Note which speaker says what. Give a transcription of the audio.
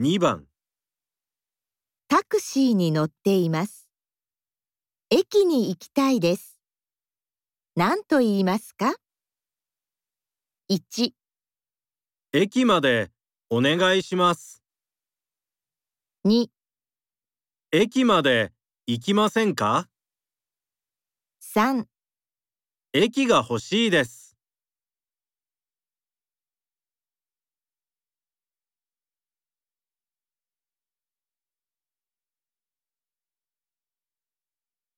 Speaker 1: 2番
Speaker 2: タクシーに乗っています。駅に行きたいです。何と言いますか ?1、
Speaker 1: 駅までお願いします
Speaker 2: 2、
Speaker 1: 駅まで行きませんか
Speaker 2: 3
Speaker 1: 駅が欲しいです